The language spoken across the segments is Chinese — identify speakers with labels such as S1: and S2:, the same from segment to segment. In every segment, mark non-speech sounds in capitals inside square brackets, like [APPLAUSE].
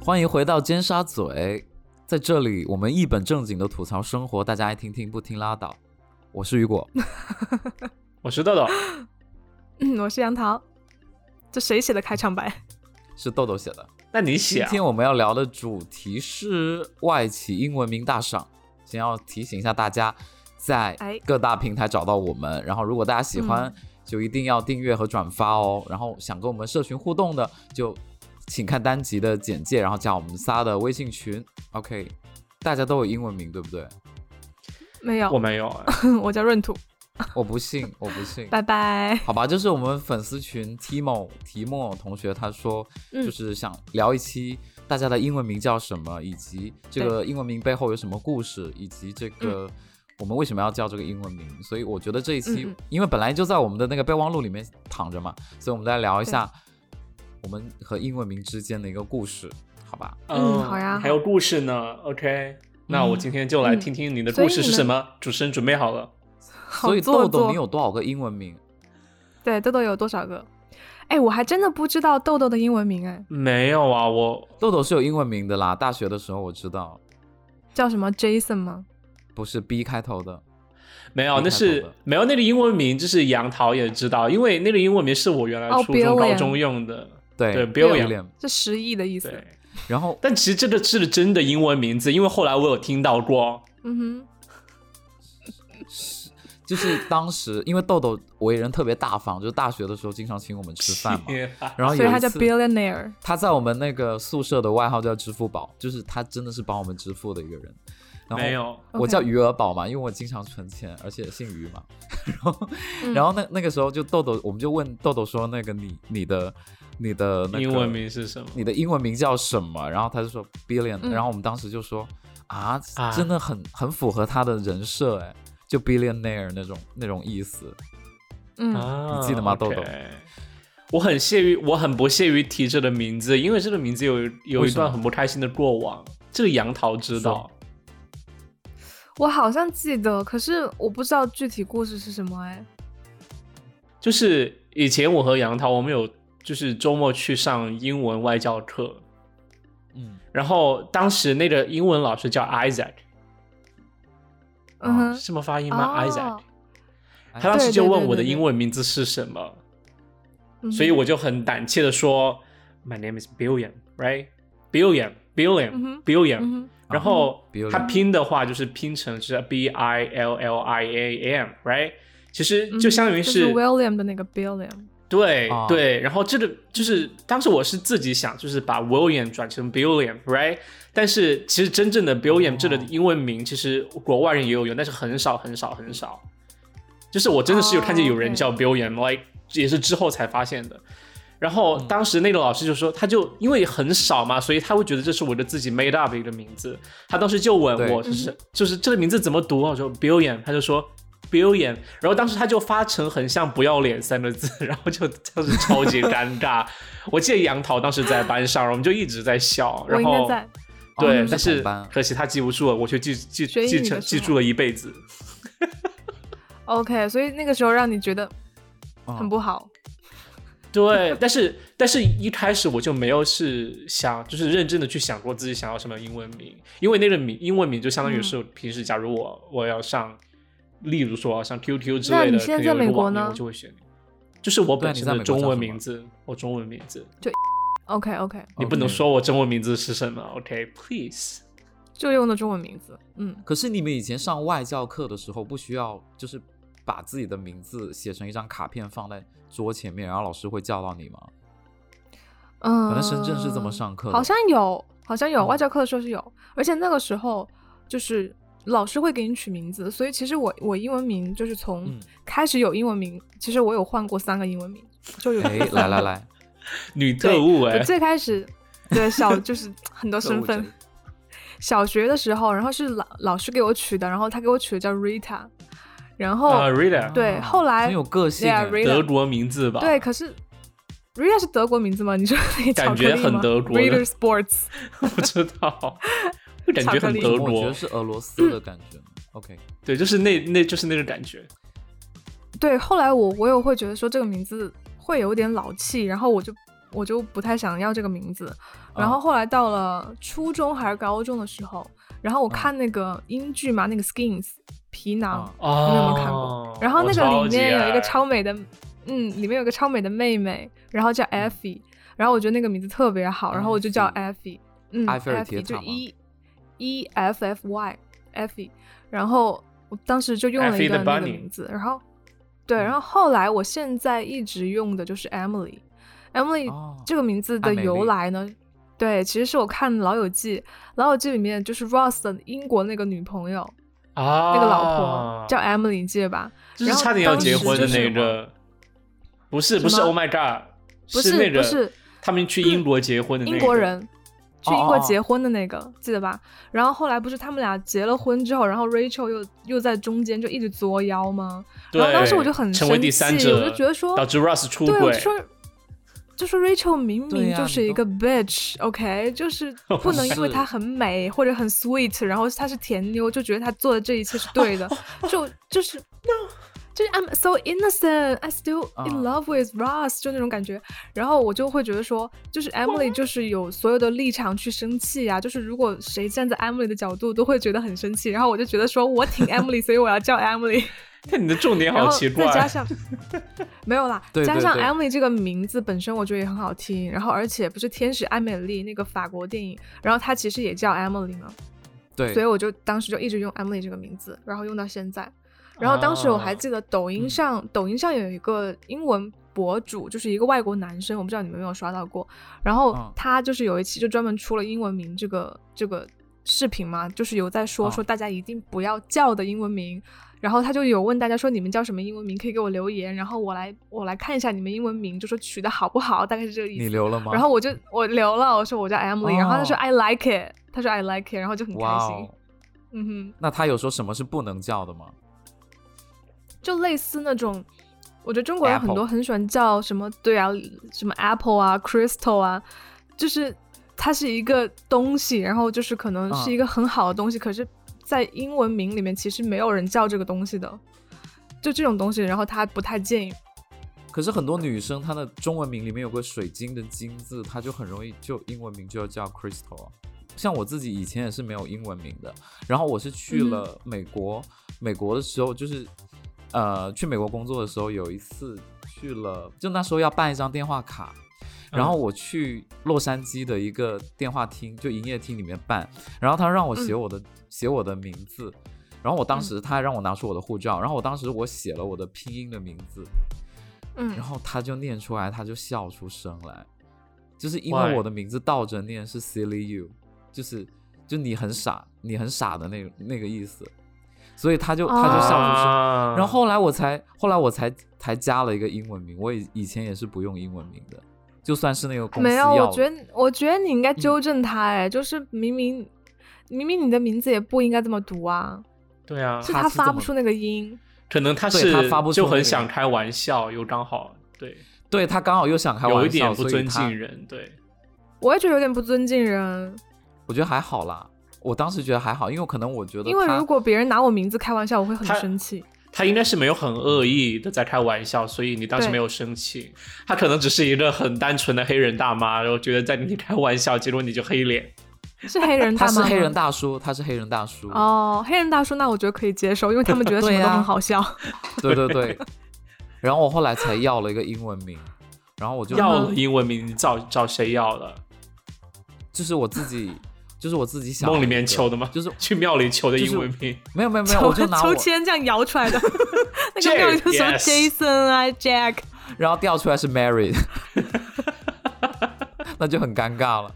S1: 欢迎回到尖沙咀，在这里我们一本正经的吐槽生活，大家爱听听不听拉倒。我是雨果，
S2: 我是
S3: [GASPS]
S2: 豆豆，
S3: 嗯，我是杨桃。这谁写的开场白？ [LAUGHS]
S1: 是豆豆写的。
S2: 那你写、
S1: 今
S2: 啊？
S1: 天我们要聊的主题是外企英文名大赏，先要提醒一下大家，在
S3: 哎
S1: 各大平台找到我们，然后如果大家喜欢，就一定要订阅和转发哦。然后想跟我们社群互动的，就请看单集的简介，然后加我们仨的微信群。OK，大家都有英文名对不对？
S3: 没有，
S2: 我
S3: [LAUGHS] 我
S2: 没有、哎
S3: 叫闰土。
S1: 我不信，我不信。
S3: 拜拜。
S1: 好吧，就是我们粉丝群 Timo 提莫同学他说，
S3: 嗯
S1: 就是想聊一期大家的英文名叫什么，以及这个英文名背后有什么故事，以及这个我们为什么要叫这个英文名。所以我觉得这一期
S3: 嗯嗯，
S1: 因为本来就在我们的那个备忘录里面躺着嘛，所以我们来聊一下我们和英文名之间的一个故事，好吧？
S3: 嗯好呀嗯
S2: 还有故事呢。OK，那我今天就来听听你的
S3: 所以
S2: 故事是
S3: 你
S2: 什么。主持人准备好了，
S3: 好
S1: 所以
S3: 做
S1: 豆
S3: 作
S1: 豆，你有多少个英文名？
S3: 对豆豆有多少个？哎，我还真的不知道豆豆的英文名，哎，
S2: 没有啊？我
S1: 豆豆是有英文名的啦，大学的时候我知道，
S3: 叫什么 Jason 吗？
S1: 不是 B 开头的。
S2: 没有，啊
S1: 你
S2: 那
S1: 看
S2: 是
S1: 懂的
S2: 没有那个英文名，就是杨桃也知道，因为那个英文名是我原来
S3: 哦
S2: 初中、
S3: Billion
S2: 高中用的。
S1: 对
S2: 对
S1: b i l
S2: ，Billion
S1: l
S3: 这十亿的意思。
S2: 对，
S1: 然后
S2: 但其实这个是真的英文名字，因为后来我有听到过。
S3: 嗯
S1: 就是当时因为豆豆为人特别大方，就是大学的时候经常请我们吃饭
S2: [LAUGHS]
S1: 嘛。
S2: 天啊
S1: 然后
S3: 哼，所以
S1: 有
S3: 他
S1: 一
S3: 叫
S1: 次，
S3: billionaire。
S1: 他在我们那个宿舍的外号叫支付宝，就是他真的是帮我们支付的一个人。然后
S2: 没有，
S1: 我
S3: OK
S1: 叫余额宝嘛，因为我经常存钱，而且姓余嘛。 [LAUGHS] 然后，
S3: 嗯
S1: 然后那那个时候就豆豆，我们就问豆豆说，那个你你的你的、那个、
S2: 英文名是什么？
S1: 你的英文名叫什么？然后他就说 Billion，、
S3: 嗯
S1: 然后我们当时就说啊
S2: 啊，
S1: 真的很很符合他的人设哎，就 billionaire 那种那种意思。
S3: 嗯，
S2: 啊
S1: 你记得吗豆豆
S2: OK 我很屑于，我很不屑于提这个名字，因为这个名字有有
S1: 为
S2: 一
S1: 什么
S2: 段很不开心的过往。这个杨桃知道，
S3: 我好像记得，可是我不知道具体故事是什么，哎，
S2: 就是以前我和杨桃，我们有就是周末去上英文外教课，
S1: 嗯，
S2: 然后当时那个英文老师叫 Isaac，
S3: 嗯哼
S2: 哦是，这么发音吗、
S3: 哦
S2: i s a c 他当时就问我的
S3: 对对对对对
S2: 英文名字是什么，
S3: 嗯哼
S2: 所以我就很胆怯的说，My name is Billion, right? Billion,
S3: 嗯
S2: Billion,
S3: 哼
S2: Billion、
S3: 嗯
S2: 然后
S1: ，Billion
S2: 它拼的话就是拼成是 B I L L I A M，right？其实
S3: 哼，
S2: 就相当于、
S3: 嗯就是 William 的那个 Billion。
S2: 对、
S1: 哦
S2: 对，然后这个就是当时我是自己想，就是把 William 转成 Billion，right？但是其实真正的 Billion
S1: 哦
S2: 这个英文名，其实国外人也有用，但是很少很少很少。就是我真的是有
S1: 哦
S2: 看见有人叫 Billion，like、也是之后才发现的。然后
S1: 嗯
S2: 当时那个老师就说，他就因为很少嘛，所以他会觉得这是我的自己 made up 的一个名字。他当时就问我，
S1: 对嗯
S2: 就是就是这个名字怎么读啊？我说 Billion，他就说 Billion，然后当时他就发成很像“不要脸”三个字， [LAUGHS] 然后就当时超级尴
S3: [LAUGHS]
S2: 尬。我记得杨桃当时在班上，我们就一直在笑，
S3: 我
S2: 然
S3: 应该
S2: 后
S3: 在，
S2: 对，
S1: 哦
S2: 但
S1: 你
S2: 是
S1: 们同班
S2: 可惜他记不住了，我却记记
S3: 学英语
S2: 记
S3: 的
S2: 成
S3: 时候
S2: 记住了一辈子。
S3: OK，所以那个时候让你觉得
S1: 嗯
S2: 哦
S3: 很不好。
S2: 对，但是但是一开始我就没有是想，就是认真的去想过自己想要什么英文名，因为那个名英文名就相当
S3: 嗯
S2: 于是平时，假如我我要上，例如说像 QQ 之
S3: 那
S2: 类
S3: 你
S2: 的，
S3: 现在
S2: 可能有
S3: 在美
S2: 一个
S3: 国
S2: 网名
S3: 呢
S2: 我就会选，就是我
S1: 对啊
S2: 本
S1: 你
S2: 身
S1: 在
S2: 的
S1: 美国
S2: 中
S1: 叫
S2: 文
S1: 什
S2: 名
S1: 么
S2: 字，我中文名字，
S3: OK OK，
S2: 你
S1: 哦
S2: 不能。说我中文名字是什么，OK，please。
S3: 就用的中文名字。嗯，
S1: 可是你们以前上外教课的时候，不需要就是把自己的名字写成一张卡片放在桌前面，然后老师会叫到你吗？
S3: 嗯，
S1: 反正哦深圳是这么上课的
S3: 好像有，好像有
S1: 嗯
S3: 外教课的时候是有，而且那个时候就是老师会给你取名字，所以其实我我英文名就是从
S1: 嗯，
S3: 开始有英文名，其实我有换过三个英文名，就有
S1: 哎，来来来，
S2: 女特务哎、
S3: 我最开始对小就是
S1: [LAUGHS]
S3: 很多 [LAUGHS] 身份，小学的时候，然后是老老师给我取的，然后他给我取的叫 Rita，然后、
S2: 啊、r i t a
S3: 对后
S1: 嗯
S3: 来
S1: 很有个性哎，
S3: 对啊
S2: 德国名字吧？
S3: 对，可是 Rita 是德国名字吗？你说那个巧
S2: 感
S3: 克力
S2: 觉很
S3: 吗
S2: 德国的
S3: ，Rita Sports。
S2: 不知
S3: [LAUGHS]
S2: 道，就感觉
S3: 巧克
S2: 很
S3: 力
S2: 德
S1: 我觉
S2: 国
S1: 得，是俄罗斯的感觉。OK，
S3: 嗯
S2: 对，就是那那就是那个感觉。
S3: 对，后来我我也会觉得说这个名字会有点老气，然后我就我就不太想要这个名字。然后后来到了初中还是高中的时候，然后我看那个英剧嘛，那个 Skins 皮
S1: 嗯
S3: 囊，
S2: 哦，
S3: 你有没有看过？然后那个里面有一个超美的，嗯，里面有个超美的妹妹，然后叫 Effie，然后我觉得那个名字特别好，然后我就叫 Effie，嗯
S1: 埃菲尔嗯铁
S3: ，Effie
S1: 塔
S3: 就
S1: 吗
S3: E E F F Y Effie，然后我当时就用了
S2: Effie
S3: 一个
S2: the
S3: 那
S2: Bunny
S3: 个名字，然后对，
S1: 嗯
S3: 然后后来我现在一直用的就是 Emily。Emily
S1: 哦
S3: 这个名字
S1: 艾
S3: 的
S1: 美
S3: 由
S1: 丽
S3: 来呢，对，其实是我看《老友记》，《老友记》里面就是 Ross 的英国那个女朋友，
S2: 啊，
S3: 那个老
S1: 哦
S3: 婆叫 Emily，你记得吧？
S2: 就是
S3: 然后
S2: 差点要
S3: 当
S2: 结
S3: 时
S2: 婚的
S3: 就是
S2: 那个，不是不是
S3: 什么
S2: ，Oh my god，
S3: 不
S2: 是
S3: 是
S2: 那个
S3: 不是
S2: 他们去英国结婚的那个
S3: 英国人。去英
S1: 哦
S3: 国
S1: 哦哦
S3: 结婚的那个，记得吧？然后后来不是他们俩结了婚之后，然后 Rachel 又又在中间就一直作妖吗？
S2: 对，
S3: 然后当时我就很
S2: 成为第三
S3: 生气
S2: 者，
S3: 我就觉得说
S2: 导致 Russ 出
S3: 对，我
S2: 轨 [LAUGHS]
S3: 就，说，就说 Rachel 明
S1: 对
S3: 明
S1: 呀
S3: 就是
S1: 你
S3: 一
S1: 都
S3: 个 bitch，OK，、就是
S1: [LAUGHS]
S3: 不能因为她很美或者很 sweet，然后她是甜妞，就觉得她做的这一切是对
S1: [LAUGHS]
S3: 的，就就是 no。就是 I'm so innocent, I still
S1: 啊
S3: in love with Ross，、就那种感觉。然后我就会觉得说，就是 Emily 就是有所有的立场去生气呀、就是如果谁站在 Emily 的角度，都会觉得很生气。然后我就觉得说我挺 Emily，所以我要叫 Emily。
S2: 看你的重点
S3: 然
S2: 好
S3: 后
S2: 奇怪
S3: 再，加上 [LAUGHS] 没有啦，
S1: 对对
S3: 加上
S1: 对
S3: Emily 这个名字本身我觉得也很好听，然后而且不是天使艾美丽那个法国电影，然后她其实也叫 Emily 嘛，所以
S1: 对，
S3: 我就当时就一直用 Emily 这个名字，然后用到现在。然后当时我
S1: 哦
S3: 还记得抖
S1: 嗯
S3: 音上，抖音上有一个英文博主，就是一个外国男生，我不知道你们有没有刷到过。然后
S1: 嗯
S3: 他就是有一期就专门出了英文名这个这个视频嘛，就是有在说
S1: 嗯
S3: 说大家一定不要叫的英文名。然后他就有问大家说你们叫什么英文名，可以给我留言，然后我来我来看一下你们英文名，就说取的好不好，大概是这个意思
S1: 你。留了吗？
S3: 然后我就我留了，我说我叫 Emily，、然后他说
S1: 哦
S3: I like it，他说 I like it，然后就很开
S1: 哇
S3: 心。
S1: 哦，
S3: 嗯哼。
S1: 那他有说什么是不能叫的吗？
S3: 就类似那种，我觉得中国人
S1: Apple
S3: 很多很喜欢叫什么对啊，什么 Apple 啊，Crystal 啊，就是它是一个东西，然后就是可能是一个很好的东西，可是，在英文名里面其实没有人叫这个东西的，就这种东西，然后他不太建议。
S1: 可是很多女生她的中文名里面有个水晶的晶字，她就很容易就英文名就要叫 Crystal 啊。像我自己以前也是没有英文名的，然后我是去
S3: 嗯
S1: 了美国，美国的时候就是，呃，去美国工作的时候有一次去了，就那时候要办一张电话卡，然后我去洛杉矶的一个电话厅，就营业厅里面办，然后他让我写
S3: 嗯
S1: 我的、写我的名字，然后我当时他还让我拿出我的护照，然后我当时我写了我的拼音的名字，
S3: 嗯
S1: 然后他就念出来，他就笑出声来，就是因
S2: Why？
S1: 为我的名字倒着念是 silly you，就是就你很傻，你很傻的那个那个意思，所以他就他就笑出声。
S2: 啊
S1: 然后后来我才后来我才才加了一个英文名，我以以前也是不用英文名的，就算是那个公司
S3: 没
S1: 要
S3: 有，
S1: 嗯
S3: 我
S1: 的
S3: 觉得我觉得你应该纠正他，哎、就是明明明明你的名字也不应该这么读啊，
S2: 对啊，
S3: 是
S1: 他
S3: 他
S1: 是这
S3: 发
S1: 么
S3: 不出那个音。
S2: 可能他
S1: 对
S2: 是
S1: 他发不出
S2: 就
S1: 那
S2: 很
S1: 个
S2: 想开玩笑，又刚好对
S1: 对他刚好又想开玩笑，
S2: 有一点不
S1: 所以
S2: 尊
S1: 他
S2: 敬人，对，
S3: 我也觉得有点不尊敬人，
S1: 我觉得还好啦，我当时觉得还好，因为可能我觉得
S3: 因为
S1: 他
S3: 如果别人拿我名字开玩笑，我会很
S2: 他
S3: 生气。
S2: 他应该是没有很恶意的在开玩笑，所以你当时
S3: 对
S2: 没有生气。他可能只是一个很单纯的黑人大妈，然后觉得在你开玩笑，结果你就黑脸。
S3: 是黑人
S1: 他
S3: 大妈
S1: 是
S3: 吗？
S1: 黑人大叔，他是黑人大叔，啊
S3: 哦，黑人大叔，那我觉得可以接受，因为他
S1: [LAUGHS]
S3: 们觉得什么都很好笑。
S1: 对对对。然后我后来才要了一个英文名，然后我就
S2: 要了英文名，你找找谁要了？
S1: 就是我自己，就是我自己想
S2: 梦里
S1: 了一
S2: 面
S1: 个
S2: 求的吗？
S1: 就是
S2: [LAUGHS] 去庙里求的
S1: 就是
S2: 英文
S1: [LAUGHS]
S2: 名。
S1: 没有没
S2: [LAUGHS]
S1: 有没有，
S3: 抽
S1: 我就拿我
S3: 抽签这样摇出
S1: [LAUGHS]
S3: 来的，那个
S2: Jack，
S3: 料就什么
S2: yes
S3: Jason 啊、Jack，
S1: 然后调出来是 married，那就很尴尬了。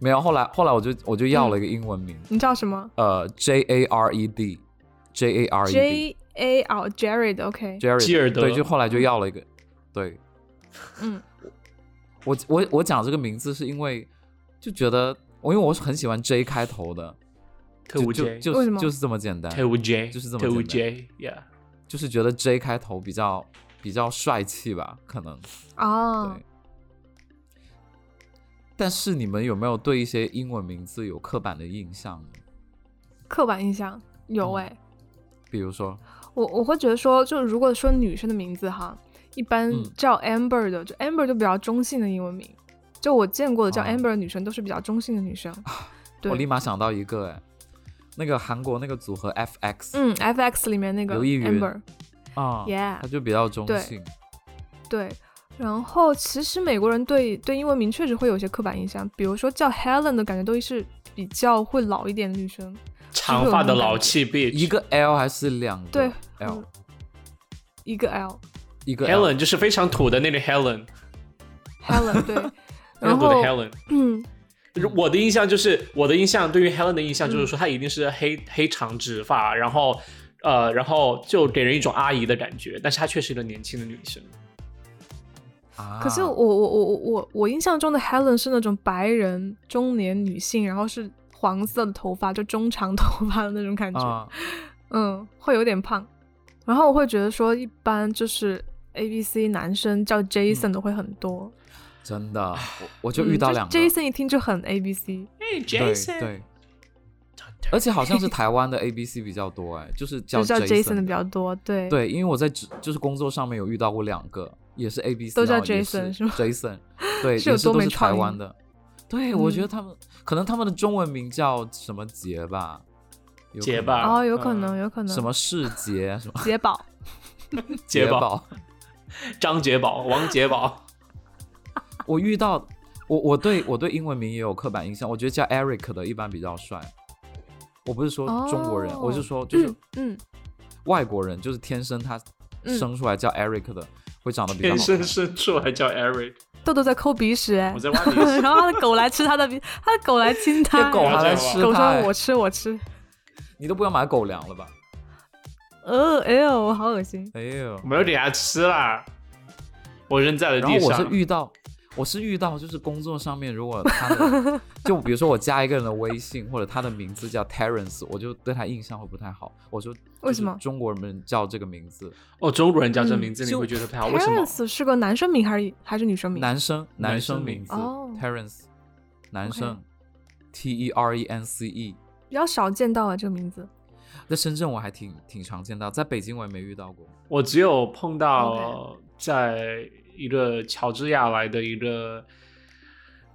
S1: 没有，后来后来我就我就要了一个英文名，
S3: 你叫什么
S1: 呃，J A R E D，J A R E D，
S3: ？J A L Jared，OK，、
S1: Jared，
S2: 基尔德
S1: 对，就后来就要了一个，对，
S3: 嗯，
S1: 我我我讲这个名字是因为就觉得我因为我很喜欢 J 开头的，
S2: 特
S1: 就
S2: 务
S1: 就
S2: J，
S1: 就
S3: 为什
S1: 是
S3: 么
S1: 就是这么简单，
S2: 特务 J，
S1: 就是这么
S2: 特务
S1: 简
S2: J，yeah。
S1: 就是觉得 J 开头比较比较帅气吧，可能
S3: 哦
S1: 对。但是你们有没有对一些英文名字有刻板的印象呢？
S3: 刻板印象有
S1: 嗯
S3: 哎、
S1: 比如说，
S3: 我我会觉得说，就如果说女生的名字哈，一般
S1: 嗯
S3: 叫 Amber 的，就 Amber 就比较中性的英文名。就我见过的叫
S1: 哦
S3: Amber 的女生都是比较中性的女生。 [LAUGHS] 对
S1: 我立马想到一个，哎，那个韩国那个组合 FX
S3: 嗯，FX 里面那个
S1: 刘亦云
S3: Amber，
S1: 啊，
S3: Yeah
S1: 他就比较中
S3: 对
S1: 性，
S3: 对。然后其实美国人对对英文名确实会有一些刻板印象，比如说叫 Helen 的感觉都是比较会老一点的女生。
S2: 长发的老气 bitch，
S1: 一个 L 还是两个？
S3: 对
S1: L
S3: 嗯一个 L
S1: 一个 L
S2: Helen 就是非常土的那个 Helen，
S1: [LAUGHS]
S3: Helen 对，
S2: 非
S3: 然
S2: 常土的
S3: 后
S2: Helen。
S3: 嗯
S2: 我的印象就是，我的印象对于 Helen 的印象
S3: 嗯
S2: 就是说，她一定是黑、黑长直发，然后呃，然后就给人一种阿姨的感觉，但是她却是一个年轻的女生。
S1: 啊，
S3: 可是我我我我我我印象中的 Helen 是那种白人中年女性，然后是黄色的头发，就中长头发的那种感觉，
S1: 啊，
S3: 嗯，会有点胖。然后我会觉得说，一般就是 A B C 男生叫 Jason 的会很多，
S1: 真的，我我嗯就
S3: 嗯
S1: 遇到两个
S3: Jason 一听就很 A B C，
S2: 哎
S1: 对
S2: ，Jason，
S1: 对，而且好像是台湾的 A B C 比较多，哎，就是叫
S3: 就叫
S1: Jason
S3: Jason 的比较多，对
S1: 对，因为我在职就是工作上面有遇到过两个，也是 A B C，
S3: 都叫 Jason 是
S1: 是
S3: 吗
S1: Jason，对，
S3: [LAUGHS] 是
S1: 也
S3: 有多
S1: 都
S3: 没
S1: 是台
S3: 创意
S1: 湾的。对，我觉
S3: 嗯
S1: 得他们可能他们的中文名叫什么杰吧，有可
S2: 杰
S1: 能
S2: 吧
S3: 哦，有可能，有可能
S1: 啊什么世杰，什么
S3: 杰宝，
S2: 杰宝
S1: 宝。
S2: 张杰宝、王
S1: [LAUGHS]
S2: 杰宝，
S1: 我遇到我我对我对英文名也有刻板印象，我觉得叫 Eric 的一般比较帅。我不是说中国人，我是
S3: 哦
S1: 说就是
S3: 嗯，
S1: 外国人，就是天生他
S3: 嗯
S1: 生出来叫 Eric 的，会长得比较好
S2: 天
S1: 看。
S2: 生深处还叫 Eric，
S3: 豆豆在抠鼻屎，哎
S2: 我在外
S1: [LAUGHS]
S2: 面
S3: [LAUGHS] 然后他的狗来吃他的鼻，他的狗来亲他，哎
S1: 这狗
S2: 还
S1: 还
S2: 来
S1: 来
S2: 吃
S1: 吃哎
S3: 狗
S1: 它
S3: 说，我吃我吃，
S1: [LAUGHS] 你都不要买狗粮了吧？
S3: 呃，哎呦，我好恶心。
S1: 哎呦
S2: 我，没有给他吃啦，我扔在了
S1: 然后
S2: 地
S1: 我是
S2: 上。
S1: 遇到，我是遇到，就是工作上面，如果他的，就比如说我加一个人的微信，或者他的名字叫 Terence，我就对他印象会不太好。我说
S3: 为什么
S1: 中国人们叫这个名字？
S2: 哦，中国人叫这名
S1: 嗯
S2: 字你会觉得不太好，啊为什么？
S3: Terence 是个男生名还是还是女生名？
S1: 男生
S2: 男
S1: 男
S2: 生
S1: 生
S2: 名
S1: 名字
S3: 哦
S1: Terence，男
S3: OK
S1: 生 T E R E N C E，
S3: 比较少见到啊这个名字。
S1: 在深圳我还挺挺常见到，在北京我也没遇到过。
S2: 我只有碰到在一个乔治亚来的一个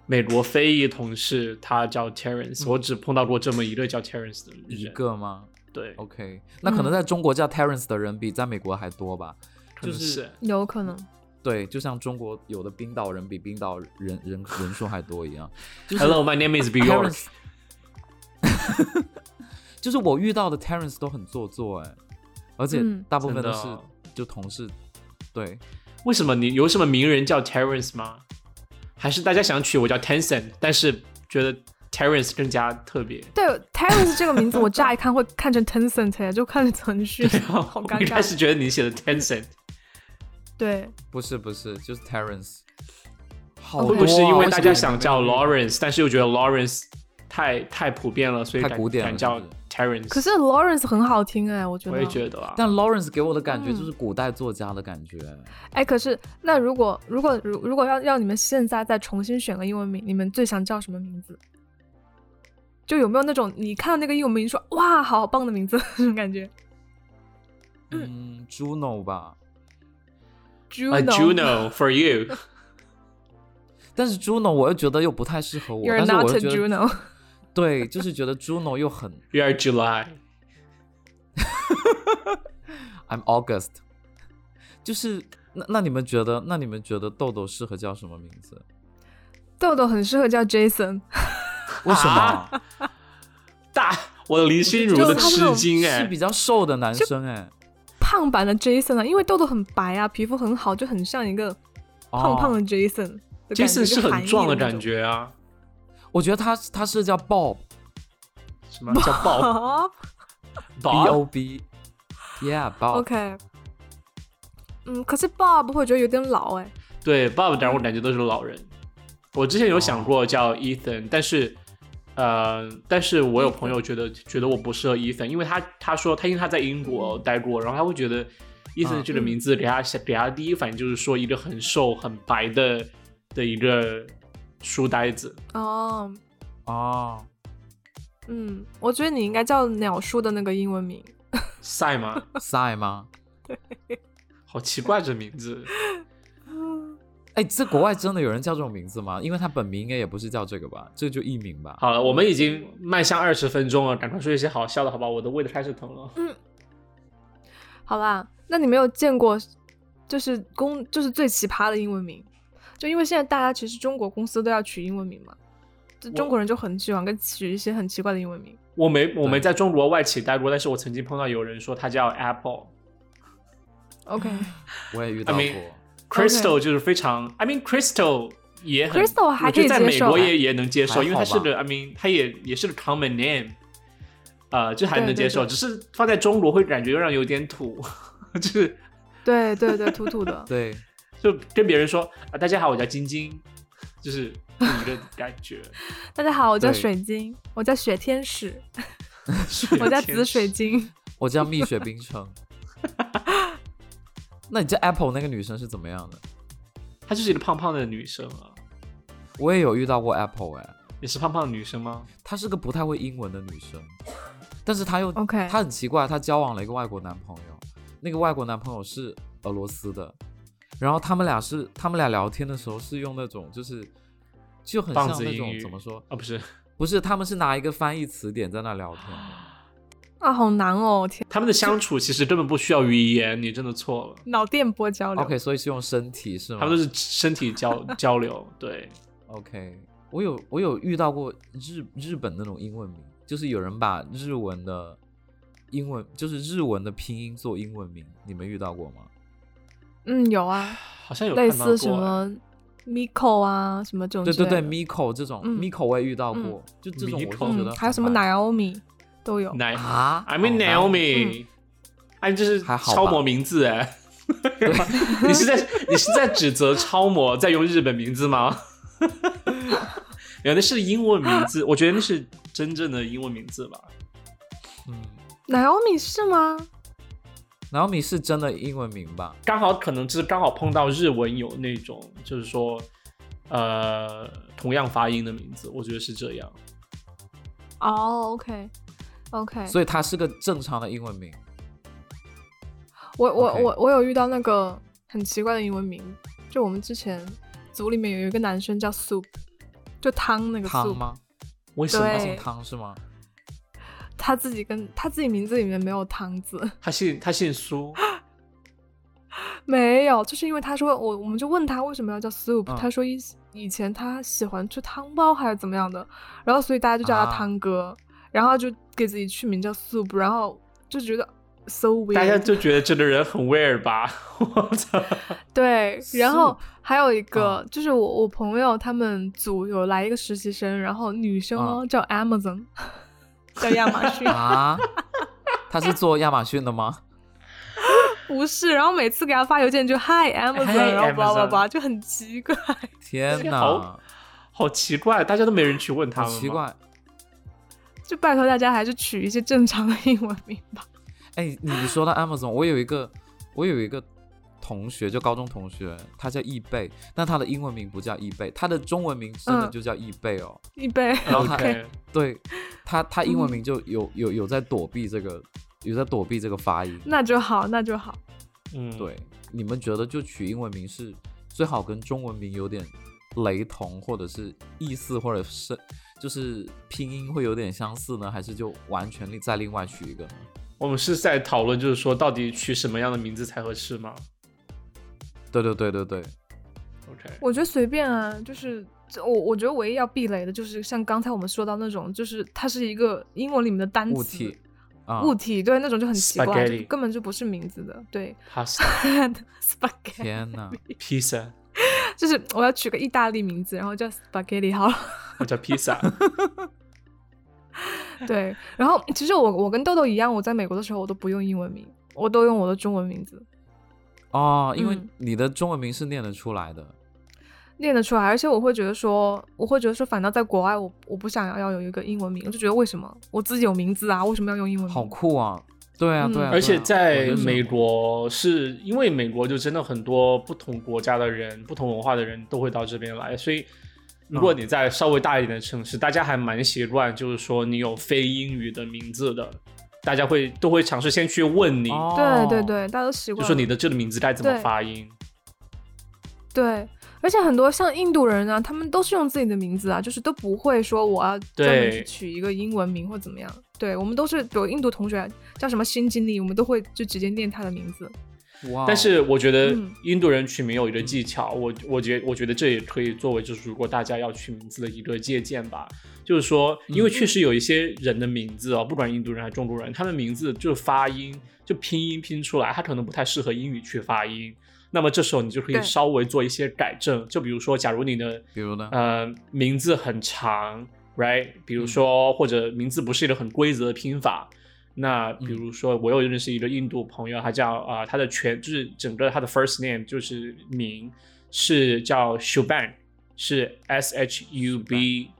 S2: 美国非裔同事，他叫 Terence，、
S1: 嗯
S2: 我只碰到过这么一个叫 Terence 的人。嗯
S1: 一个吗
S2: 对，
S1: ？OK，那可能在中国叫 Terence 的人比在美国还多吧？
S2: 可能
S1: 就是是
S3: 有可能，
S1: 对，就像中国有的冰岛人比冰岛人人人人数还多一样。就是
S2: Hello, my name is Bjork。
S1: Terence，就是我遇到的 Terence 都很做作哎，而且
S3: 嗯
S1: 大部分
S2: 真的
S1: 都
S2: 哦
S1: 是就同事，对，
S2: 为什么你有什么名人叫 Terence 吗？还是大家想取我叫 Tencent，但是觉得 Terence 更加特别？
S3: [LAUGHS] 对 Terence 这个名字，我乍一看会看成 Tencent，就哎看成腾讯，好
S2: 我
S3: 尴
S2: 一开
S3: 尬。
S2: 始觉得你写的 Tencent，
S3: [LAUGHS] 对，
S1: 不是不是，就是 Terence。好
S3: 哦
S1: 多
S2: 会
S1: 啊、
S2: 不会是因为大家
S1: 为什么
S2: 想叫 Lawrence，但是又觉得 Lawrence 太太普遍了，所以
S1: 太
S2: 敢
S1: 古典了
S2: 敢叫
S1: 是不
S2: Terence？
S3: 可是 Lawrence 很好听哎，我觉
S2: 我
S3: 得。
S2: 也觉得啊，
S1: 但 Lawrence 给我的感觉
S3: 嗯
S1: 就是古代作家的感觉，
S3: 哎，可是那如果如果如如果要让你们现在再重新选个英文名，你们最想叫什么名字？就有没有那种你看到那个英文名说哇好棒的名字 [LAUGHS] 那种感觉
S1: 嗯，Juno 吧。
S2: A
S3: ？Juno，,
S2: Juno for you，
S1: 但是 Juno 我又觉得又不太适合我
S3: You're
S1: 但是
S3: not
S1: 我
S3: a
S1: 又觉得
S3: Juno。 [LAUGHS]
S1: 对，就是觉得 Juno 又很
S2: you are July。
S1: I'm August，就是那那你们觉得那你们觉得豆豆适合叫什么名字？
S3: 豆豆很适合叫 Jason，
S1: 为什么？
S2: 啊大我的林心如的吃惊
S1: 是
S2: 哎
S1: 比，较瘦的男生哎、
S3: 胖版的 Jason 啊，因为豆豆很白啊，皮肤很好，就很像一个胖胖的
S1: 哦
S3: Jason 的感觉、
S2: Jason 是
S3: 就韩
S2: 很
S3: 裔
S2: 壮的
S3: 那种
S2: 感。觉啊，
S1: 我觉得他他是叫 Bob
S2: 什么叫
S1: [LAUGHS]
S2: 爆
S3: 哦
S1: B
S2: 爆？啊
S1: O B，Yeah Bob。
S3: ，OK，嗯，可是 Bob 会觉得有点老哎，
S2: 对，爸爸，当然我感觉都是老人。我之前有想过叫 Ethan，但是，呃，但是我有朋友觉得觉得我不适合 Ethan，因为他他说他因为他在英国待过，然后他会觉得 Ethan
S1: 嗯
S2: 这个名字给他、给他第一反应就是说一个很瘦很白的的一个书呆子，
S3: 哦，
S1: 哦， [LAUGHS]
S3: 嗯，我觉得你应该叫鸟叔的那个英文名，
S2: 赛吗？
S1: 赛吗？
S2: [LAUGHS] 好奇怪这名字。
S1: 哎，这国外真的有人叫这种名字吗？因为他本名应该也不是叫这个吧，这就艺名吧。
S2: 好了，我们已经迈向二十分钟了，赶快说一些好笑的，好吧？我的胃都开始疼了。
S3: 嗯，好啦，那你没有见过，就是公就是最奇葩的英文名，就因为现在大家其实中国公司都要取英文名嘛，就中国人就很喜欢跟取一些很奇怪的英文名。
S2: 我没我没在中国外企待过，但是我曾经碰到有人说他叫 Apple。 [LAUGHS]
S3: OK，
S1: 我也遇到过。
S2: I mean, Crystal 就是非常，I mean Crystal 也很
S3: ，Crystal 还可以
S2: 在美
S3: 接受啊
S2: 国，也也能接
S1: 还
S2: 受，
S1: 好
S2: 因为它是
S1: 吧。
S2: 个，I mean 它也也是个 common name，呃，就还能
S3: 对对
S2: 接受，
S3: 对
S2: 只是放在中国会感觉让人有点土， [LAUGHS] 就是
S3: 对对对，土土的
S1: 对，
S2: 就跟别人说啊，大家好，我叫晶晶，就是这么一个感
S3: [LAUGHS]
S2: 觉。
S3: 大家好，我叫
S1: 对
S3: 水晶，我叫雪天使，我叫紫水晶。
S1: 我叫蜜雪冰
S2: [LAUGHS]
S1: 城。那你这 Apple 那个女生是怎么样的？
S2: 她就是一个胖胖的女生啊，
S1: 我也有遇到过 Apple 哎、
S2: 你是胖胖的女生吗？
S1: 她是个不太会英文的女生，但是她又
S3: OK
S1: 她很奇怪，她交往了一个外国男朋友，那个外国男朋友是俄罗斯的，然后他们俩是他们俩聊天的时候是用那种就是就很像
S2: 棒子
S1: 那
S2: 英
S1: 种
S2: 语
S1: 怎么说？
S2: 啊，不是，
S1: 不是，他们是拿一个翻译词典在那聊天的，
S3: 啊，好难哦！天，
S2: 他们的相处其实根本不需要语言，你真的错了，
S3: 脑电波交流。
S1: OK，所以是用身体是吗？
S2: 他们都是身体
S3: [LAUGHS]
S2: 交交流，对。
S1: OK，我有我有遇到过日日本那种英文名，就是有人把日文的英文就是日文的拼音做英文名，你们遇到过吗？
S3: 嗯，有啊，
S2: 好像有
S3: 类
S2: 看到过
S3: 似什么 Miko 啊，什么这种
S1: 啊对
S3: 之
S1: 对对
S3: 类的
S1: ，Miko 这种、
S3: 嗯
S1: Miko 我也遇到过，
S3: 嗯
S1: 就这种我就
S2: Miko
S1: 觉得
S3: 嗯，还有什么
S1: 奶
S3: Naomi 都有。
S2: 奶
S1: 啊
S2: ，I mean
S1: 好吧
S2: Naomi，哎，这是
S1: 还好吧
S2: 超模名
S1: [LAUGHS]
S2: 字哎，你是在你是在指责超模在用日本名
S1: [LAUGHS]
S2: 字吗？有的是英文名字，我觉得那是真正的英文名字吧。
S1: 嗯
S3: Naomi 是吗？
S1: ，Naomi 是真的英文名吧？
S2: 刚好可能就是刚好碰到日文有那种，就是说，呃，同样发音的名字，我觉得是这样。
S3: 哦，OK，OK、o k OK，
S1: 所以它是个正常的英文名。
S3: 我我
S1: OK
S3: 我我有遇到那个很奇怪的英文名，就我们之前组里面有一个男生叫 Soup，就汤那个
S1: 汤
S3: Soup，
S1: 吗？
S2: 为什
S1: 他
S2: 么
S3: 对
S1: 姓汤是吗？
S3: 他自己跟他自己名字里面没有汤字，
S2: 他姓他姓苏？
S3: 没有，就是因为他说我我们就问他为什么要叫 Soup，、
S1: 嗯
S3: 他说以以前他喜欢吃汤包还是怎么样的，然后所以大家就叫他
S1: 啊
S3: 汤哥，然后他就给自己取名叫 Soup，然后就觉得 so weird，
S2: 大家就觉得这个人很 weird 吧？我操！
S3: 对，然后
S1: Soup
S3: 还有一个、
S1: 啊，
S2: 嗯
S3: 就是我我朋友他们组有来一个实习生，然后女生
S2: 嗯
S3: 哦、叫
S2: [LAUGHS]
S3: Amazon，叫亚马逊
S1: 啊，他是做亚马逊的吗？
S3: 不是，然后每次给他发邮件就 Hi Amazon，
S2: Hi,
S3: 然后巴拉
S2: Amazon
S3: 巴拉，就很奇怪。 [LAUGHS]
S1: 天哪
S2: 好，好奇怪，大家都没人去问他
S1: 好
S2: 们吗
S1: 奇。怪。
S3: 就拜托大家还是取一些正常的英文名吧。
S1: 哎，你你说到 Amazon，我有一个我有一个同学，就高中同学，他叫易贝，但他的英文名不叫易贝，他的中文名真的
S3: 嗯
S1: 就叫易贝哦。
S3: 一杯， [LAUGHS]
S1: 然后他
S2: OK，
S1: 对他，他英文名就有有有在躲避这个，有在躲避这个发音。
S3: 那就好，那就好。
S2: 嗯，
S1: 对，你们觉得就取英文名是最好跟中文名有点雷同，或者是意思，或者是就是拼音会有点相似呢，还是就完全另再另外取一个呢？
S2: 我们是在讨论，就是说到底取什么样的名字才合适吗
S1: 对对对对对，
S2: ？OK，
S3: 我觉得随便啊，就是这我我觉得唯一要避雷的就是像刚才我们说到那种，就是它是一个英文里面的单词。
S1: 物体啊，
S3: 物体对那种就很奇怪，
S2: Spaghetti
S3: 就根本就不是名字的。
S1: [LAUGHS]
S3: 对
S2: pasta
S3: ，spaghetti
S1: 天
S3: [LAUGHS]
S1: 呐，
S2: pizza，
S3: 就是我要取个意大利名字，然后叫 spaghetti 好了。 [LAUGHS]
S2: 我叫
S1: [LAUGHS]
S2: pizza。
S3: 对，然后其实我我跟豆豆一样，我在美国的时候我都不用英文名，我都用我的中文名字
S1: 哦，因为
S3: 嗯
S1: 你的中文名是念得出来的，
S3: 念得出来，而且我会觉得说，我会觉得说，反倒在国外我我不想要要有一个英文名，我就觉得为什么我自己有名字啊，为什么要用英文名？
S1: 好酷啊！对啊，
S3: 嗯
S1: 对啊，
S2: 而
S1: 对
S2: 且
S1: 啊
S2: 在
S1: 我就是
S2: 美国，是因为美国就真的很多不同国家的人、不同文化的人都会到这边来，所以如果你在稍微大一点的城市，大家还蛮习惯，就是说你有非英语的名字的，大家会都会尝试先去问你，
S1: 哦
S3: 对对，对，大家都习
S2: 就
S3: 惯
S2: 说
S3: 了
S2: 你的这个名字该怎么
S3: 对
S2: 发音。
S3: 对，而且很多像印度人啊，他们都是用自己的名字啊，就是都不会说我要专门
S2: 对
S3: 去取一个英文名或怎么样。对我们都是，比如印度同学啊叫什么辛吉尼，我们都会就直接念他的名字。
S1: 哇哦
S2: 但是我觉得
S3: 嗯
S2: 印度人取名有一个技巧，我我觉我觉得这也可以作为就是如果大家要取名字的一个借鉴吧。就是说，因为确实有一些人的名字哦，不管印度人还是中国人，他们名字就是发音就拼音拼出来，他可能不太适合英语去发音。那么这时候你就可以
S3: 对
S2: 稍微做一些改正，就比如说，假如你的
S1: 比如呢？
S2: 呃，名字很长，right？比如说，
S3: 嗯
S2: 或者名字不是一个很规则的拼法。那
S3: 嗯
S2: 比如说，我有认识一个印度朋友，他叫啊、呃他的全就是整个他的 first name 就是名是叫 Shuban，是 S H U B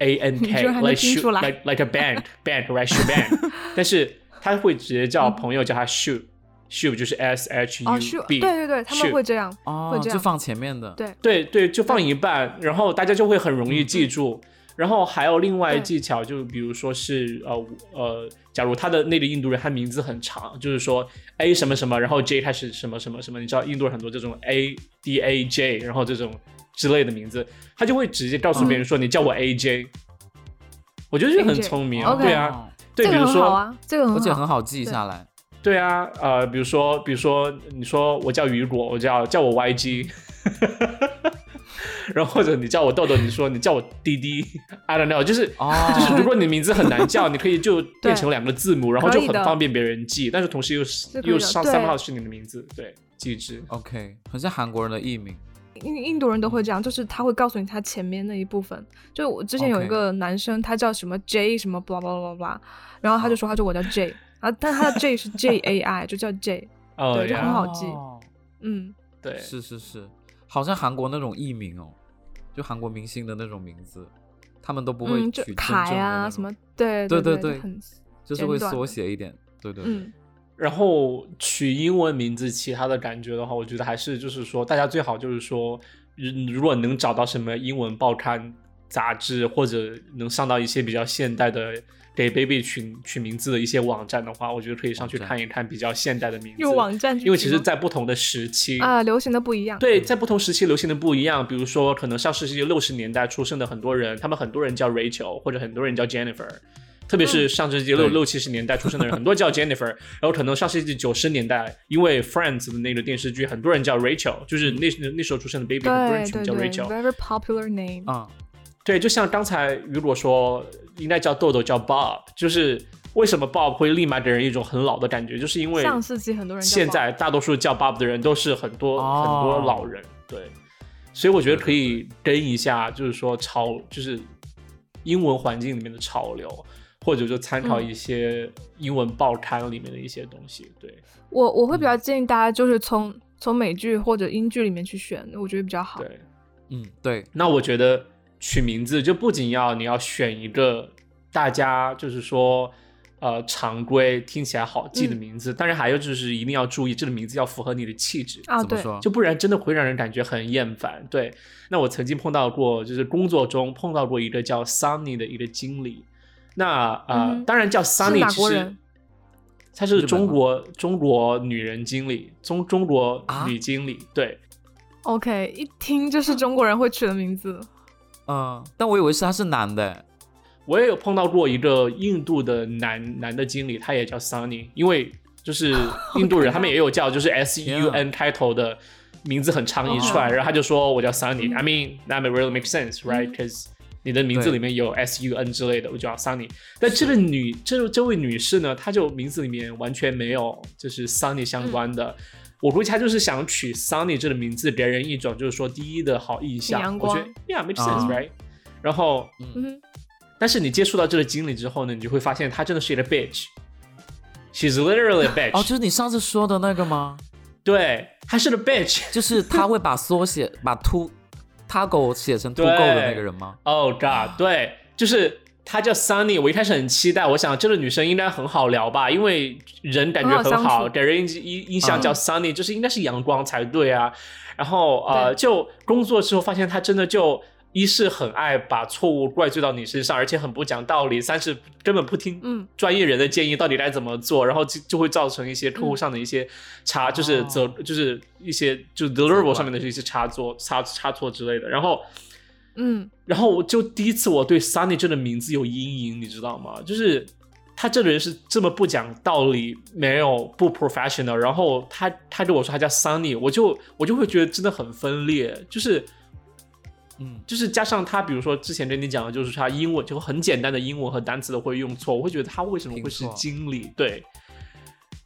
S2: A N
S3: [LAUGHS] 你
S2: K，
S3: 居然还能
S2: like
S3: 拼
S2: Shu-
S3: 出来
S2: like like a
S3: [LAUGHS]
S2: bank bank right Shuban，但是他会直接叫朋友叫他 Shu Shu 就是 S H
S3: 哦，是
S2: U，B，
S3: 对对对，他们
S2: shoot
S3: 会这样。
S1: 哦
S3: 会，这
S1: 就
S3: 样
S1: 放前面的，
S3: 对
S2: 对对，就
S3: 嗯
S2: 放一半，然后大家就会很容易记住。然后还有另外
S3: 对
S2: 技巧，就比如说是呃呃，假如他的那个印度人，他名字很长，就是说 A 什么什么，然后 J 开始什么什么什么，你知道印度人很多这种 A D A J，然后这种之类的名字，他就会直接告诉
S3: 嗯
S2: 别人说、你叫我 A J，我觉得这很
S3: AJ
S2: 聪明啊，
S3: OK
S2: 对啊，
S1: 哦，
S2: 对，
S3: 这
S2: 比
S3: 个
S2: 如
S3: 很好
S2: 说、
S3: 啊，这个
S1: 而且
S3: 很
S1: 很
S3: 好。
S1: 好记
S3: 对
S1: 下来。
S2: 对啊，呃，比如说，比如说，你说我叫雨果，我叫叫我 YG，然后或者你叫我豆豆，你说你叫我滴滴，I don't know，就是、
S1: 哦，
S2: 就是，如果你名字很难
S3: [LAUGHS]
S2: 叫，你可以就变
S3: 对
S2: 成两个字母，然后就
S3: 可以
S2: 很
S3: 的
S2: 方便别人记，但是同时又是
S3: 是可以
S2: 又
S3: 的
S2: 上
S3: 对
S2: somehow 是你的名字，对，记之。
S1: OK，很像韩国人的艺名。
S3: 印印度人都会这样，就是他会告诉你他前面那一部分。就我之前有
S1: OK
S3: 一个男生，他叫什么 J 什么 blah blah blah blah，然后他就说他说我叫 J，啊，但他的 J 是 J A I，就叫 J。
S2: 哦
S3: 对就很
S2: 呀
S3: 好记
S1: 哦
S3: 嗯，
S2: 对，
S1: 是是是，好像韩国那种艺名哦，就韩国明星的那种名字，他们都不会
S3: 嗯，就
S1: 取真正的
S3: 凯啊
S1: 那
S3: 什么
S1: 种，，
S3: 对
S1: 对
S3: 对
S1: 对对
S3: 就很
S1: 就是会
S3: 简短的
S1: 缩写一点。对对对，
S3: 嗯，
S2: 然后取英文名字，其他的感觉的话，我觉得还是就是说，大家最好就是说，如如果能找到什么英文报刊、杂志，或者能上到一些比较现代的给 baby 取取名字的一些网站的话，我觉得可以上去
S1: 网站
S2: 看一看比较现代的名字。
S3: 用网站去
S2: 因为其
S3: 取
S2: 实，
S3: 吗
S2: 在不同的时期
S3: 啊流行的不一样，
S2: 对，在不同时期流行的不一样。比如说，可能上世纪六十年代出生的很多人，他们很多人叫 Rachel，或者很多人叫 Jennifer。特别
S3: 嗯
S2: 是上世纪六
S1: 对
S2: 六七十年代出生的人，很多叫 Jennifer，然 [LAUGHS] 后可能上世纪九十年代，因为 Friends 的那个电视剧，很多人叫 Rachel，就是那那时候出生的 baby，很多人
S3: 嗯对
S2: 全
S3: 对
S2: 叫
S3: 对
S2: Rachel。
S3: ，very popular name，
S1: 啊，
S2: 对，就像刚才雨果说，应该叫豆豆叫 Bob，就是为什么 Bob 会立马给人一种很老的感觉，就是因为
S3: 上世纪很多人叫
S2: 现
S3: Bob
S2: 在大多数叫 Bob 的人都是很多、
S1: 哦
S2: 很多老人，对，所以我觉得可以跟一下，就是说潮，就是英文环境里面的潮流，或者就参考
S3: 嗯
S2: 一些英文报刊里面的一些东西，对
S3: 我我
S2: 嗯
S3: 会比较建议大家就是从从美剧或者英剧里面去选，我觉得比较好。
S2: 对。
S1: 嗯，对，
S2: 那我觉得取名字就不仅要你要选一个大家就是说呃常规听起来好记的
S3: 嗯
S2: 名字，当然还有就是一定要注意这个名字要符合你的气质
S3: 啊，
S1: 怎么
S3: 对，
S1: 说？
S2: 就不然真的会让人感觉很厌烦。对，那我曾经碰到过，就是工作中碰到过一个叫 Sunny 的一个经理。那呃，
S3: 嗯哼
S2: 当然叫
S3: 是
S2: Sunny，
S3: 哪
S2: 其
S3: 国
S2: 实
S3: 人
S2: 她
S1: 日
S2: 是
S1: 本
S2: 中
S1: 吗
S2: 国中国女人经理，中中国
S1: 啊
S2: 女经理。对，
S3: OK，一听就是中国人会取的名字。
S1: 嗯，但我以为是他是男的，
S2: 我也有碰到过一个印度的男男的经理，他也叫 Sunny，因为就是
S3: 哦
S2: [LAUGHS] 印度人，他们也有叫就是 S E U N 开头的名字很长一串，
S3: 哦
S2: 然后他就说我叫 Sunny、
S3: 嗯
S2: I mean that really makes sense, right? Because 你的名字
S1: 对
S2: 里面有 S E U N 之类的，我就叫 Sunny。但这个女这这位女士呢，她就名字里面完全没有就是 Sunny 相关的。
S3: 嗯
S2: 我估计她就是想取 Sunny 这个名字，给人一种就是说第一的好印象。
S3: 阳
S2: 我觉
S3: 光
S2: 得 Yeah, makes sense,
S1: 嗯
S2: right? 然后
S3: 嗯
S2: 但是你接触到这个经理之后呢，你就会发现他真的是一个 bitch。She's literally a bitch、
S1: 哦，就是你上次说的那个吗？
S2: 对，她是个 bitch。
S1: 就是他会把缩写把秃他狗写成秃狗的那个人吗？
S2: Oh god，对，就是她叫 Sunny。我一开始很期待，我想这个女生应该很好聊吧，因为人感觉
S3: 很好
S2: 很
S3: 相
S2: 好，
S3: 处
S2: 给人印印印象
S1: 嗯
S2: 叫 Sunny，、就是应该是阳光才对啊。然后呃，
S3: 对
S2: 就工作之后发现她真的就一是很爱把错误怪罪到你身上，而且很不讲道理；三是根本不听
S3: 嗯
S2: 专业人的建议，到底该怎么做，然后就就会造成一些客户上的一些差，就是
S1: 哦
S2: 责，就是一些就是
S1: 责
S2: deliverable
S1: 怪
S2: 上面的一些差错、差差错之类的。然后，
S3: 嗯
S2: 然后我就第一次我对 Sunny 这个名字有阴影，你知道吗？就是他这个人是这么不讲道理，没有不 professional，然后他他跟我说他叫 Sunny，我就我就会觉得真的很分裂，就是
S1: 嗯，
S2: 就是加上他，比如说之前跟你讲的，就是他英文就很简单的英文和单词都会用错，我会觉得他为什么会是
S1: 拼错
S2: 经理？对，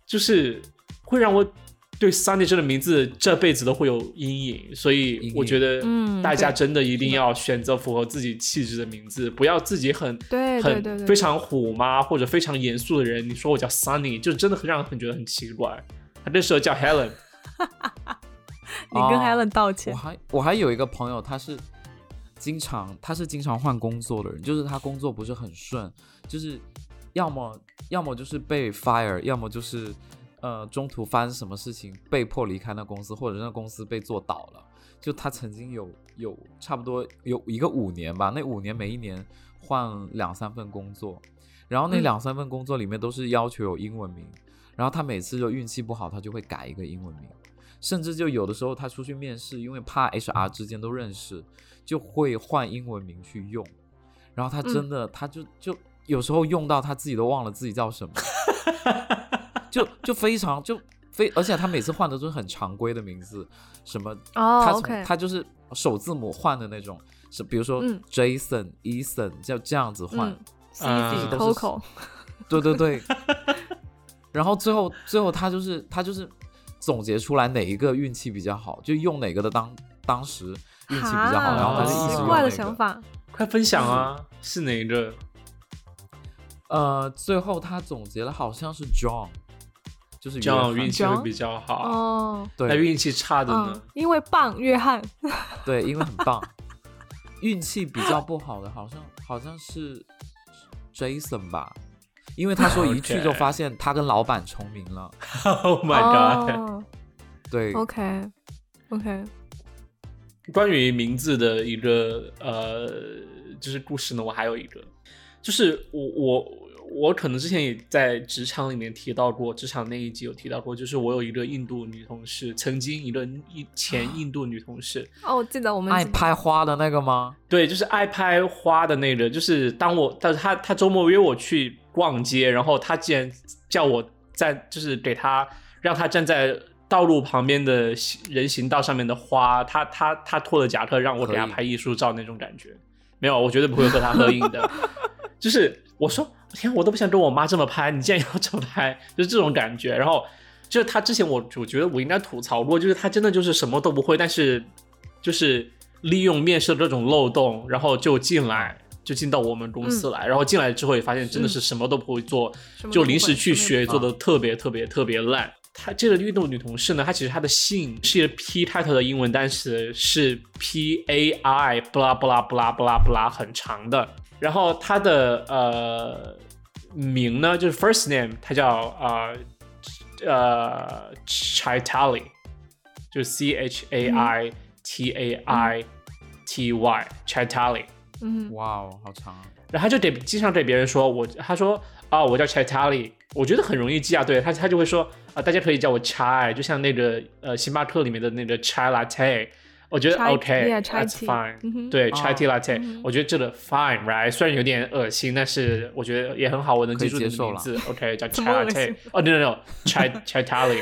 S2: 就是会让我对 Sunny 这个名字这辈子都会有阴影，所
S1: 阴
S2: 以
S1: 影
S2: 我觉得
S3: 嗯
S2: 大家
S3: 对
S2: 真的一定要选择符合自己气质的名字，不要自己很
S3: 对对对
S2: 很
S3: 对
S2: 非常虎妈或者非常严肃的人，你说我叫 Sunny，就真的很让人觉得很奇怪。他那时候叫 Helen，
S3: 你跟
S1: 哦
S3: Helen 道歉
S1: 我，还我还有一个朋友，他是经常他是经常换工作的人，就是他工作不是很顺，就是要么要么就是被 fire，要么就是呃中途发生什么事情被迫离开那公司，或者那公司被做倒了。就他曾经有有差不多有一个五年吧，那五年每一年换两三份工作，然后那
S3: 嗯
S1: 两三份工作里面都是要求有英文名，然后他每次就运气不好，他就会改一个英文名，甚至就有的时候他出去面试，因为怕 HR 之间都认识，就会换英文名去用，然后他
S3: 嗯
S1: 真的、他就就有时候用到他自己都忘了自己叫什
S3: [LAUGHS]
S1: 么，就就非常就非，而且他每次换的都是很常规的名字，什么
S3: 哦
S1: 他从、
S3: ，OK
S1: 他就是首字母换的那种，是比如说
S3: 嗯
S1: Jason、Ethan 就这样子换，
S3: 嗯 c
S2: 嗯
S1: 呃
S3: c Coco，
S1: 对对
S3: [LAUGHS]
S1: 对，然后最后最后他就是他就是总结出来哪一个运气比较好，就用哪个的当当时运气比较好，
S3: 哈
S1: 然后他就一直
S3: 奇
S1: 用
S3: 怪
S1: 那个。
S3: 的想法，
S2: 快分享
S3: 嗯
S2: 啊， [LAUGHS] 是哪一个？
S1: 呃，最后他总结了好像是 John，就是
S2: 这
S1: 约
S2: 样
S1: 翰
S2: 运气会比较
S1: 啊
S2: 好。
S3: 哦，
S2: 那
S1: 对
S2: 运气差的呢
S3: 嗯？，因为棒，约翰，
S1: 对，因为很棒。 [LAUGHS] 运气比较不好的，好像好像是 Jason 吧，因为他说一 [LAUGHS] 去就
S2: OK
S1: 发现他跟老板重名了。
S2: [LAUGHS] Oh my god！、
S3: 哦
S1: 对，
S3: ，OK
S2: [LAUGHS]
S3: OK，
S2: 关于名字的一个呃，就是故事呢，我还有一个，就是我我我可能之前也在职场里面提到过，职场那一集有提到过，就是我有一个印度女同事，曾经一个一前印度女同事，
S3: 哦，我记得我们
S1: 爱拍花的那个吗？
S2: 对，就是爱拍花的那个，就是当我，但是他他周末约我去逛街，然后他竟然叫我站，就是给他让他站在道路旁边的行人行道上面的花，他他他脱了夹克让我给他
S1: 合影
S2: 拍艺术照那种感觉，没有，我绝对不会和他合影的，就是我说天，我都不想跟我妈这么拍，你竟然要这么拍，就是这种感觉。然后就是他之前我我觉得我应该吐槽过，就是他真的就是什么都不会，但是就是利用面试的这种漏洞，然后就进来。就进到我们公司来，然后进来之后也发现真的是什么都不会做，
S3: 什么
S2: 就
S3: 都不
S2: 临时
S3: 会
S2: 去
S3: 什么
S2: 学，
S3: 也不
S2: 做的特别特别特别烂。她这个运动女同事呢，她其实她的姓是一个 P 开头的英文单词，是 P A I 不啦不啦不啦不啦不啦，很长的。然后她的呃名呢，就是 first name，她叫呃呃 Chaitali，就是 C H A I T A I T Y Chaitali。
S3: 嗯
S1: 哇哦，好长啊！
S2: 然后他就得经常对别人说，我他说啊，我叫 Chaitali，我觉得很容易记啊。对他，他就会说啊，大家可以叫我 Chai，就像那个呃星巴克里面的那个 Chai Latte，我觉得
S3: Chai- yeah, chai
S2: OK，that's
S3: tea
S2: fine，
S3: 嗯哼
S2: 对
S1: 哦
S2: Chai tea latte，
S3: 嗯哼
S2: 我觉得这个 fine，right？虽然有点恶心，但是我觉得也很好，我能
S1: 可以
S2: 记住你
S1: 接
S2: 的
S1: 受
S2: 名
S1: 了
S2: 字。OK，叫
S3: [LAUGHS] 怎么
S2: Chai
S3: 恶
S2: Latte
S3: 心。
S2: 哦，no no
S3: [LAUGHS]
S2: no，Chai Chaitali。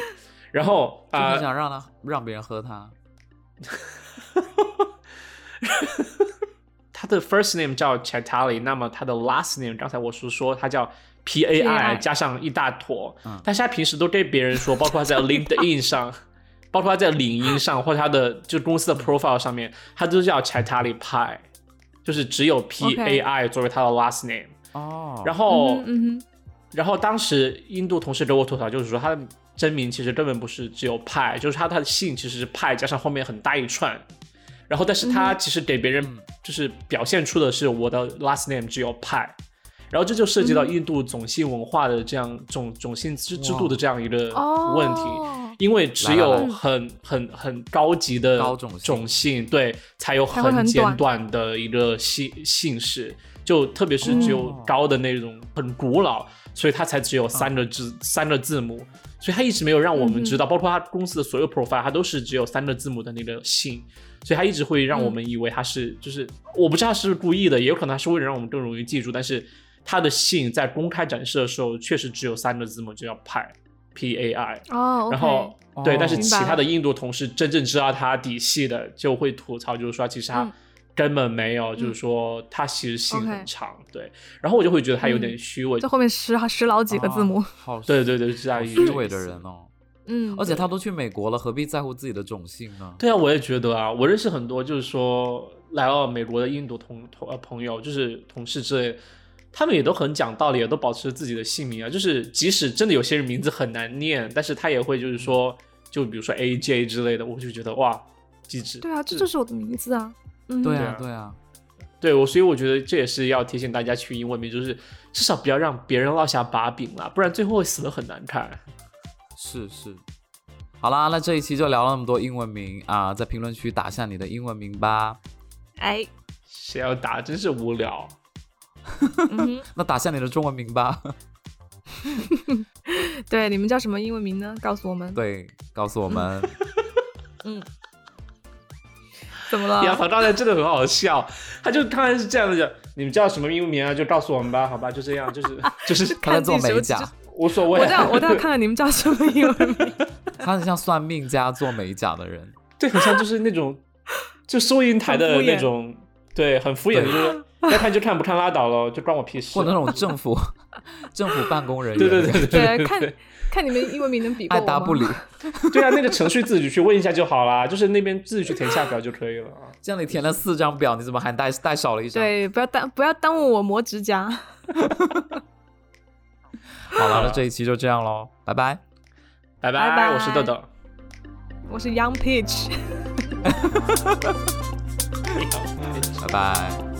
S2: 然后
S1: 就
S2: 啊
S1: 很，想让他让别人喝它。
S2: 他的 first name 叫 Chaitali，那么他的 last name 刚才我是说他叫 P A I
S3: PAI
S2: 加上一大坨，
S1: 嗯
S2: 但是他平时都对别人说，包括他在 LinkedIn 上， [LAUGHS] 包括他在领英上或者他的就公司的 profile 上面，他都叫 Chaitali Pai，就是只有 P A I 作为他的 last name。
S1: 哦，
S2: 然
S1: 后
S2: 后，
S3: 嗯哼
S2: 然后当时印度同事给我吐槽，就是说他的真名其实根本不是只有派，就是他他的姓其实是派加上后面很大一串，然后但是他其实给别人嗯就是表现出的是我的 last name 只有派，然后这就涉及到印度种姓文化的这样种种姓制制度的这样一个
S3: 嗯哼，哦，
S2: 问题。因为只
S1: 来来
S2: 有
S1: 来
S2: 很很很高级的
S1: 高种姓
S2: 种姓，对，才有
S3: 才会很
S2: 简
S3: 短
S2: 短的一个姓姓氏，就特别是
S3: 嗯
S2: 只有
S1: 哦
S2: 高的那种很古老，所以它才只有三个字、
S1: 嗯
S2: 三个字母，所以它一直没有让我们
S3: 嗯
S2: 知道，包括它公司的所有 profile，它都是只有三个字母的那个姓，所以它一直会
S3: 嗯
S2: 让我们以为它是、就是我不知道它是不是故意的，也有可能它是为了让我们更容易记住，但是它的姓在公开展示的时候确实只有三个字母，就叫派 P A I。
S3: 哦，
S2: 然后
S3: OK，
S2: 对，
S1: 哦
S2: 但是其他的
S3: 明
S2: 印度同事真正知道他底细的，就会吐槽，就是说其实他
S3: 嗯
S2: 根本没有，就
S3: 嗯
S2: 是说他其实姓
S3: OK
S2: 很长，对。然后我就会觉得他有点
S3: 嗯
S2: 虚伪，
S3: 这后面十好十老几个字母，
S1: 啊好
S2: 对对对，是在
S1: 好
S2: 于
S1: 虚伪的人哦。
S3: 嗯，
S1: 而且他都去美国了，何必在乎自己的种姓呢？
S2: 对啊，我也觉得啊，我认识很多就是说来到美国的印度同同呃朋友，就是同事之类，他们也都很讲道理，也都保持自己的姓名啊。就是即使真的有些人名字很难念，但是他也会就是说，就比如说 A J 之类的，我就觉得哇，机智。
S3: 对啊，这就是我的名字啊，嗯，
S1: 对
S2: 对
S1: 啊
S2: 啊，
S1: 对啊，
S2: 对我，所以我觉得这也是要提醒大家取英文名，就是至少不要让别人落下把柄啦，不然最后会死的很难看。
S1: 是是。好啦，那这一期就聊了那么多英文名啊，在评论区打下你的英文名吧。
S3: 哎，
S2: 谁要打，真是无聊。
S1: [LAUGHS]
S3: 嗯
S1: 那打下你的中文名吧。 [LAUGHS]
S3: 哼，对，你们叫什么英文名呢？告诉我们，
S1: 对，告诉我
S2: [LAUGHS]
S1: 们。
S3: 怎么
S2: 杨
S3: 了？
S2: 凡刚才真的很好笑，他就刚才是这样子讲，你们叫什么英文名啊？就告诉我们吧，好吧，就这样，就是就是
S1: 他在做美
S3: 看自己手
S1: 甲
S3: 指，
S2: 无所谓。啊
S3: 我倒我倒要看看你们叫什么英文名。
S1: 他很像算命加做美甲的
S2: [LAUGHS]
S1: 人。
S2: 对，很像就是那种就收银台的
S3: 很敷衍
S2: 那种，对，很敷衍，
S1: 对
S2: 就是该看就看，不看拉倒了，就关我屁事
S1: 或。者那种政府 [LAUGHS] 政府办公人员，
S2: 对对对对
S3: 对，
S2: 对
S3: 看看你们英文名能比过
S1: 爱
S3: 我吗
S1: 答不理，
S2: 对啊，那个程序自己去问一下就好啦，就是那边自己去填下表就可以了啊。
S1: 这样你填了四张表，你怎么还带带少了一张？
S3: 对，不要耽不要耽误我磨指甲。
S1: 好了，那这一期就这样喽，拜拜。
S2: 拜
S3: 拜拜
S2: 我是豆豆。
S3: 我是 Young Peach。
S2: 拜拜。
S1: 拜拜。